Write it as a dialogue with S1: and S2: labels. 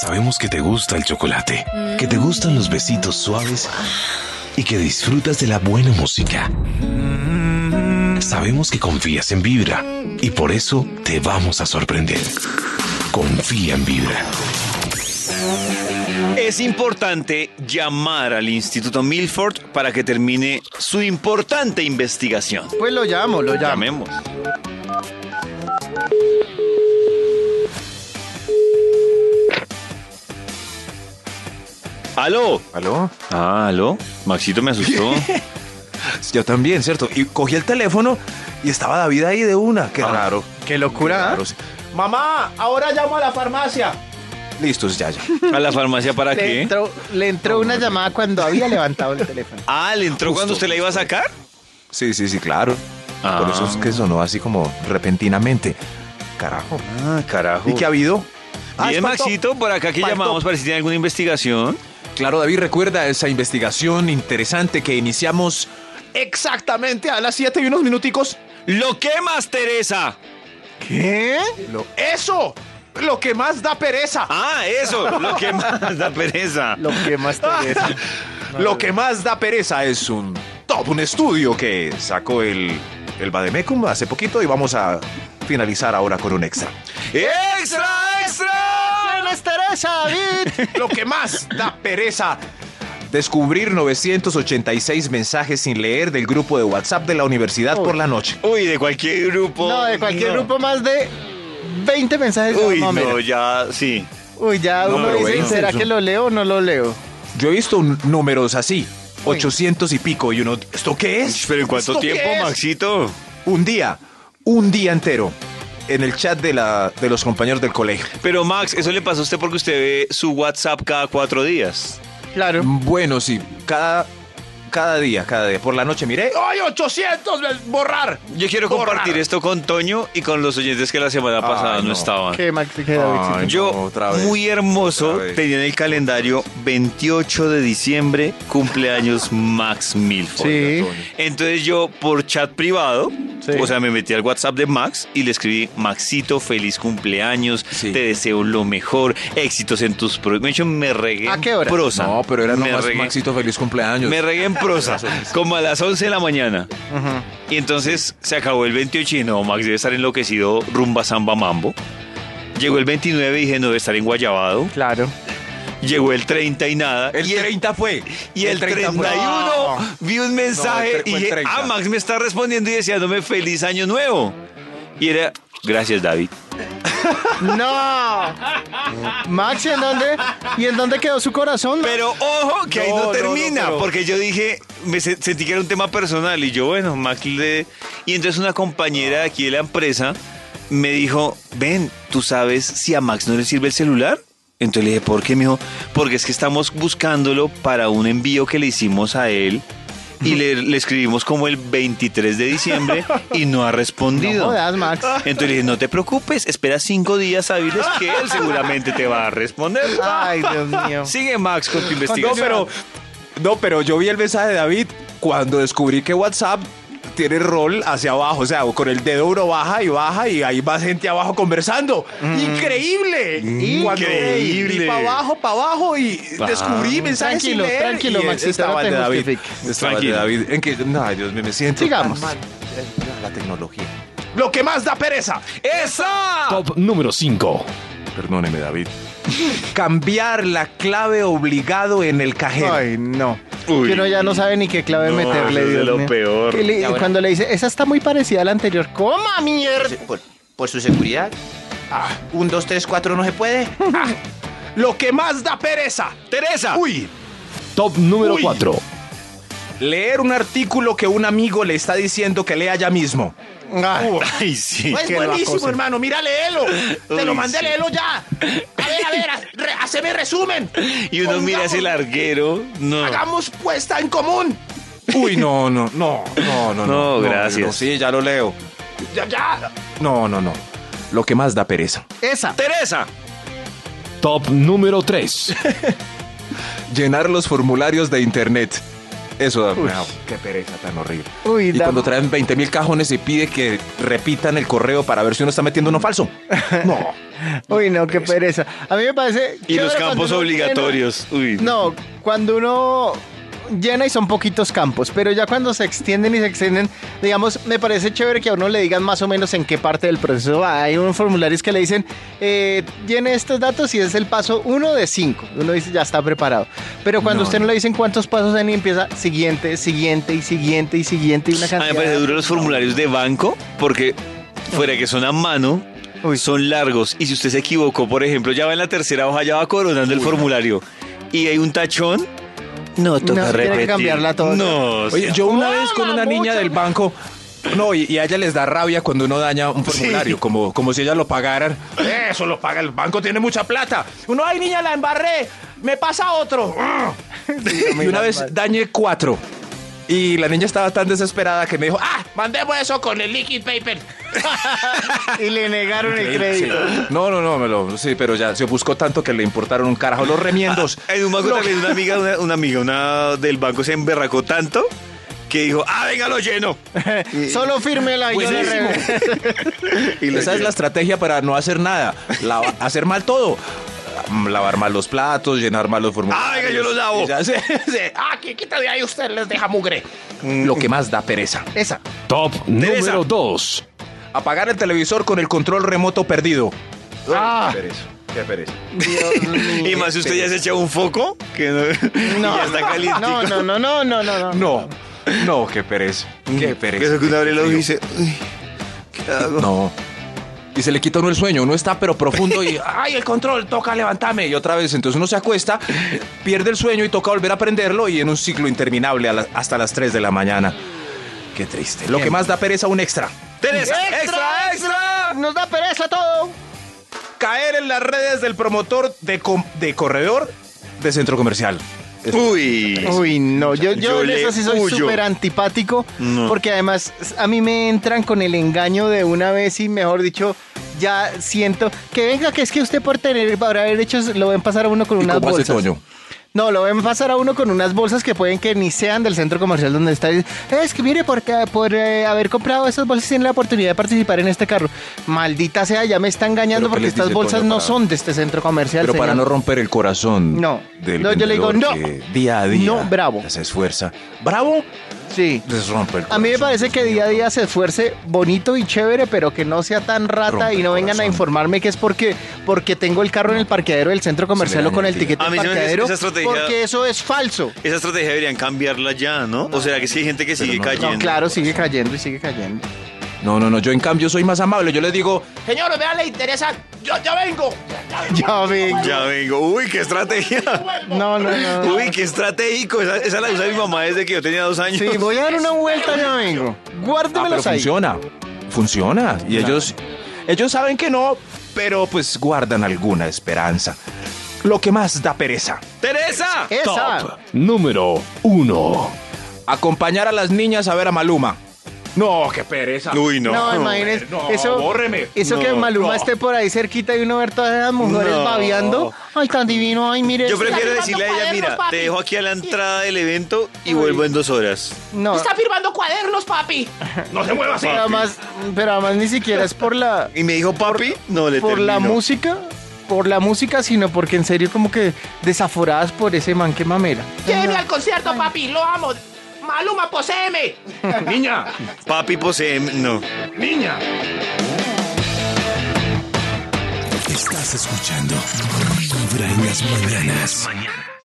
S1: Sabemos que te gusta el chocolate, que te gustan los besitos suaves y que disfrutas de la buena música. Sabemos que confías en Vibra y por eso te vamos a sorprender. Confía en Vibra.
S2: Es importante llamar al Instituto Milford para que termine su importante investigación.
S3: Pues lo llamo, lo llamo.
S2: Llamemos. ¡Aló!
S4: ¿Aló?
S2: Ah, ¿aló? Maxito me asustó.
S4: Yo también, ¿cierto? Y cogí el teléfono y estaba David ahí de una. Qué
S2: Ah,
S4: raro.
S3: Qué locura. ¿ah?
S4: Raro, sí.
S3: Mamá, ahora llamo a la farmacia.
S4: Listos, ya, ya.
S2: ¿A la farmacia para
S3: Le
S2: qué?
S3: entró, le entró una llamada cuando había levantado el teléfono.
S2: Ah, ¿le entró
S4: Justo,
S2: cuando usted la iba a sacar?
S4: Sí, sí, sí, claro.
S2: Ah.
S4: Por eso es que sonó así como repentinamente. Carajo.
S2: Ah, carajo.
S4: ¿Y qué ha habido? Ah,
S2: Bien,
S4: espanto.
S2: Maxito, por acá que
S4: Espanto.
S2: llamamos para si tiene alguna investigación.
S4: Claro, David, recuerda esa investigación interesante que iniciamos exactamente a las 7 y unos minuticos.
S2: ¡Lo quemas, Teresa!
S4: ¿Qué? ¡Eso! Lo que más da pereza.
S2: Ah, eso, lo quemas, da pereza.
S3: Lo que más te interesa.
S4: Lo que más da pereza es un top, un estudio que sacó el, el Bademecum hace poquito y vamos a finalizar ahora con un extra.
S2: ¡Extra, extra!
S3: más Teresa, David.
S4: Lo que más da pereza. Descubrir 986 mensajes sin leer del grupo de WhatsApp de la universidad por la noche.
S2: Uy, de cualquier grupo.
S3: No, de cualquier
S2: no.
S3: grupo más de 20 mensajes.
S2: Uy, no,
S3: no, mira.
S2: ya, sí.
S3: Uy, ya
S4: No,
S3: uno
S4: pero
S3: dice,
S4: bueno,
S3: ¿será
S4: eso-
S3: que lo leo o no lo leo?
S4: Yo he visto un- números así,
S3: Uy.
S4: 800 y pico, y uno, ¿esto qué es?
S2: Pero ¿en cuánto
S4: ¿Esto qué
S2: tiempo,
S4: es?
S2: Maxito?
S4: Un día, un día entero, en el chat de, la, de los compañeros del colegio.
S2: Pero, Max, eso le pasa a usted porque usted ve su WhatsApp cada cuatro días.
S3: Claro.
S4: Bueno, sí, cada, cada día, cada día. Por la noche miré, ¡ay, 800! me- ¡Borrar!
S2: Yo quiero
S4: Borrar.
S2: compartir esto con Toño y con los oyentes que la semana
S4: Ay,
S2: pasada no,
S4: no.
S2: estaban.
S3: Qué mal que queda, David.
S4: Ay,
S2: Yo,
S4: no, otra vez.
S2: muy hermoso,
S4: Otra vez.
S2: tenía en el calendario 28 de diciembre, cumpleaños Max Milford.
S3: Sí.
S2: Entonces yo, por chat privado,
S3: Sí.
S2: o sea, me metí al WhatsApp de Max y le escribí, Maxito, feliz cumpleaños,
S4: Sí.
S2: te deseo lo mejor, éxitos en tus proyectos. De hecho, me regué
S3: ¿A qué
S2: en
S3: hora?
S2: prosa.
S4: No, pero era
S2: Me
S4: nomás
S2: regué-
S4: Maxito, feliz cumpleaños.
S2: Me regué en prosa, como a las 11 de la mañana. Y entonces se acabó el 28 y no, Max debe estar enloquecido, rumba, samba, mambo. Llegó el 29 y dije, no, debe estar en Guayabado.
S3: Claro.
S2: Llegó el 30 y nada.
S4: El
S2: y el,
S4: 30 fue.
S2: y el 31
S4: fue.
S2: vi un mensaje
S4: No, el tre-
S2: y
S4: fue el
S2: dije,
S4: 30.
S2: ah, Max me está respondiendo y deseándome feliz año nuevo. Y era, gracias, David.
S3: ¡No! Max, ¿y en dónde, ¿y en dónde quedó su corazón?
S2: Pero ojo, que ahí
S4: No,
S2: no
S4: no, no,
S2: termina,
S4: pero-
S2: porque yo dije, me se- sentí que era un tema personal y yo, bueno, Max le... Y entonces una compañera de aquí de la empresa me dijo, ven, ¿tú sabes si a Max no le sirve el celular? Entonces le dije, ¿por qué? Me dijo, porque es que estamos buscándolo para un envío que le hicimos a él y le, le escribimos como el 23 de diciembre y no ha
S3: No
S2: respondido.
S3: jodas, Max.
S2: entonces le dije, no te preocupes, espera cinco días hábiles que él seguramente te va a responder.
S3: Ay, Dios mío.
S2: Sigue Max con tu
S4: No,
S2: investigación.
S4: pero, no, pero yo vi el mensaje de David cuando descubrí que WhatsApp tiene rol hacia abajo, o sea, con el dedo uno baja y baja y ahí va gente abajo conversando. ¡Increíble! Y cuando-
S2: Mm. Increíble.
S4: Y para abajo, para abajo y
S2: Ah.
S4: descubrí mensajes sin
S3: Tranquilo,
S4: leer,
S3: tranquilo,
S4: y
S3: Maxito,
S4: estaba
S3: no
S4: el
S3: te
S4: de David.
S3: justifiques.
S4: Estaba el de
S2: Tranquilo.
S4: David. En que, no, Dios mío, me siento tan
S3: Sigamos.
S4: mal. La tecnología. Lo que más da pereza. ¡Esa!
S1: Top número 5.
S4: Perdóneme, David. Cambiar la clave obligado en el cajero.
S3: Ay, no.
S2: Uy.
S3: Que uno ya no sabe ni qué clave
S2: No, eso
S3: meterle.
S2: es de
S3: Dios
S2: lo
S3: mío.
S2: peor.
S3: Que le-
S5: Ya, bueno.
S3: Cuando le dice, esa está muy parecida a la anterior. ¡Coma, mierda!
S5: Eh, Por, por su seguridad. Un, dos, tres, cuatro, no se puede.
S4: Lo que más da pereza.
S2: Teresa.
S4: Uy.
S1: Top número
S4: Uy.
S1: 4.
S4: Leer un artículo que un amigo le está diciendo que lea ya mismo.
S2: Ah.
S3: Ay,
S2: Ay, sí.
S3: Que lo acosen.
S4: hermano. Mira, léelo.
S2: Uy, sí.
S4: ya. A ver, a ver, ha- re- haceme resumen.
S2: Y uno mira ese larguero. No.
S4: Hagamos puesta en común. Uy, no, no, no, no, no.
S2: No, gracias.
S4: no, sí, ya lo leo. Ya, ya. No, no, no. Lo que más da pereza.
S3: Esa.
S2: Teresa.
S1: Top número 3.
S4: Llenar los formularios de internet. Eso da-
S3: Uy.
S4: no, qué pereza tan horrible.
S3: Uy,
S4: y
S3: da-
S4: cuando traen 20 mil cajones y pide que repitan el correo para ver si uno está metiendo uno falso. No.
S3: Uy, no, qué pereza. A mí me parece.
S2: Y los
S3: chévere cuando
S2: campos
S3: uno
S2: obligatorios. Uy.
S3: llena- no, cuando uno llena y son poquitos campos, pero ya cuando se extienden y se extienden, digamos, me parece chévere que a uno le digan más o menos en qué parte del proceso va. Hay unos formularios que le dicen, eh, llene estos datos y es el paso uno de cinco. Uno dice, ya está preparado. Pero cuando
S4: No.
S3: usted no le dicen cuántos pasos hay y empieza siguiente, siguiente y siguiente y siguiente y una
S2: A
S3: cantidad.
S2: mí Ah, me parece duro los formularios de banco porque fuera que son a mano,
S3: Uy.
S2: son largos. Y si usted se equivocó, por ejemplo, ya va en la tercera hoja, ya va coronando el formulario y hay un tachón, no toca
S3: No, tiene que
S2: repetir.
S3: cambiarla toda.
S2: No,
S4: Oye, yo una vez con una niña del banco. No, y, y a ella les da rabia cuando uno daña un formulario, como, como si ella lo pagaran. Eso lo paga, el banco tiene mucha plata. Uno, ay, niña, la embarré, me pasa otro. y una vez dañé cuatro. Y la niña estaba tan desesperada que me dijo, ah, mandemos eso con el liquid paper.
S3: Y le negaron el
S4: Sí.
S3: crédito.
S4: No, no, no, me lo- sí, pero ya se buscó tanto que le importaron un carajo los remiendos.
S2: En un banco
S4: Lo-
S2: también una amiga, una, una amiga una del banco se emberracó tanto que dijo, ah, venga, lo lleno.
S3: Solo fírmela y yo le
S4: Buenísimo.
S3: re-
S4: Esa es la estrategia para no hacer nada, lava- hacer mal todo. Mm, Lavar mal los platos, llenar mal los formularios.
S2: Ah, venga, yo los lavo.
S4: Y ya se- se- ah, que quita de ahí usted les deja mugre. Lo que más da pereza.
S3: Esa.
S6: Top
S2: Teresa.
S6: número 2.
S4: Apagar el televisor con el control remoto perdido.
S3: Ah, Dios mío.
S2: Y más si usted ya se echa un foco, que no, y ya está caliente.
S3: No, no, no, no, no, no, no.
S4: No, no, qué pereza. Qué pereza.
S2: Mm. Eso que uno abre el ojo y dice, "Uy, ¿qué hago?
S4: No. Y se le quita a uno el sueño, uno está pero profundo y, ay, el control, toca, levántame. Y otra vez, entonces uno se acuesta, pierde el sueño y toca volver a prenderlo y en un ciclo interminable a la- hasta las 3 de la mañana. Qué triste. Lo que más da pereza, un extra.
S2: Teresa,
S4: ¡Extra, extra!
S3: Nos da pereza todo.
S4: Caer en las redes del promotor de, com- de corredor de centro comercial. Es-
S2: Uy.
S3: Uy, no, yo, yo,
S2: Yo
S3: en
S2: le
S3: eso sí soy
S2: huyo.
S3: súper antipático,
S2: No.
S3: porque además a mí me entran con el engaño de una vez y mejor dicho, ya siento que venga, que es que usted por tener, por haber hecho, lo ven pasar a uno con
S4: ¿Y
S3: unas
S4: cómo hace
S3: bolsas.
S4: Toño?
S3: No, lo ven pasar a uno con unas bolsas que pueden que ni sean del centro comercial donde está. Es que mire, por, por eh, haber comprado esas bolsas tiene la oportunidad de participar en este carro. Maldita sea, ya me está engañando
S4: ¿Pero qué
S3: porque
S4: les
S3: estas
S4: dice
S3: bolsas
S4: Toño
S3: no
S4: para-
S3: son de este centro comercial.
S4: Pero para no
S3: señor.
S4: romper el corazón.
S3: No.
S4: del
S3: No, yo le digo,
S4: vendedor
S3: no.
S4: que Día a día.
S3: No, bravo.
S4: Se esfuerza. Bravo.
S3: Sí.
S4: Les rompe el
S3: A mí me
S4: corazón,
S3: parece
S4: Dios
S3: que
S4: mío,
S3: día a
S4: no.
S3: día se esfuerce bonito y chévere, pero que no sea tan rata
S4: Rompe
S3: y no
S4: el
S3: vengan a
S4: corazón.
S3: informarme que es porque, porque tengo el carro en el parqueadero del centro comercial o
S4: daña
S3: con
S4: el
S3: el
S4: día.
S3: tiquete
S2: A
S3: del
S2: mí se me hace
S3: parqueadero.
S2: esa estrategia-
S3: Porque eso es falso.
S2: Esa estrategia deberían cambiarla ya, ¿no? o sea, que sí hay gente que sigue
S4: no,
S2: cayendo.
S3: No, claro, sigue cayendo y sigue cayendo.
S4: No, no, no, yo en cambio soy más amable. Yo les digo, "Ah,
S5: Señor, vea, le interesa. Yo, yo vengo.
S3: Ya vengo.
S2: Ya vengo. Uy, qué estrategia.
S3: No, no, no. no.
S2: Uy, qué estratégico. Esa, esa la usa mi mamá desde que yo tenía dos años.
S3: Sí, voy a dar una vuelta, ya vengo.
S4: ah, pero
S3: Guárdemelos ahí.
S4: funciona. Funciona. Y ellos, ellos saben que no, pero pues guardan alguna esperanza. Lo que más da pereza.
S2: ¡Teresa!
S3: Esa.
S6: Número 1.
S4: Acompañar a las niñas a ver a Maluma. No, qué pereza.
S2: Uy, no.
S3: No, imagínense. eso,
S4: bórreme.
S3: Eso que
S4: No,
S3: Maluma
S4: no.
S3: esté por ahí cerquita y uno ver todas esas mujeres
S2: No.
S3: babeando. Ay, tan divino. Ay, mire.
S2: Yo
S3: este-
S2: prefiero
S7: firmando
S2: decirle a ella,
S7: cuadernos,
S2: mira,
S7: papi.
S2: te dejo aquí a la entrada del evento y vuelvo en dos horas.
S3: No.
S7: Está firmando cuadernos, papi.
S3: Pero además, pero además ni siquiera es por la
S2: Y me dijo, papi, no le
S3: por la
S2: termino.
S3: música, por la música, sino porque en serio como que desaforadas por ese man que mamera.
S7: Lléveme al concierto, papi. Lo amo. Maluma, poseeme.
S2: Papi posee... No.
S1: Estás escuchando Vibra en las mañanas.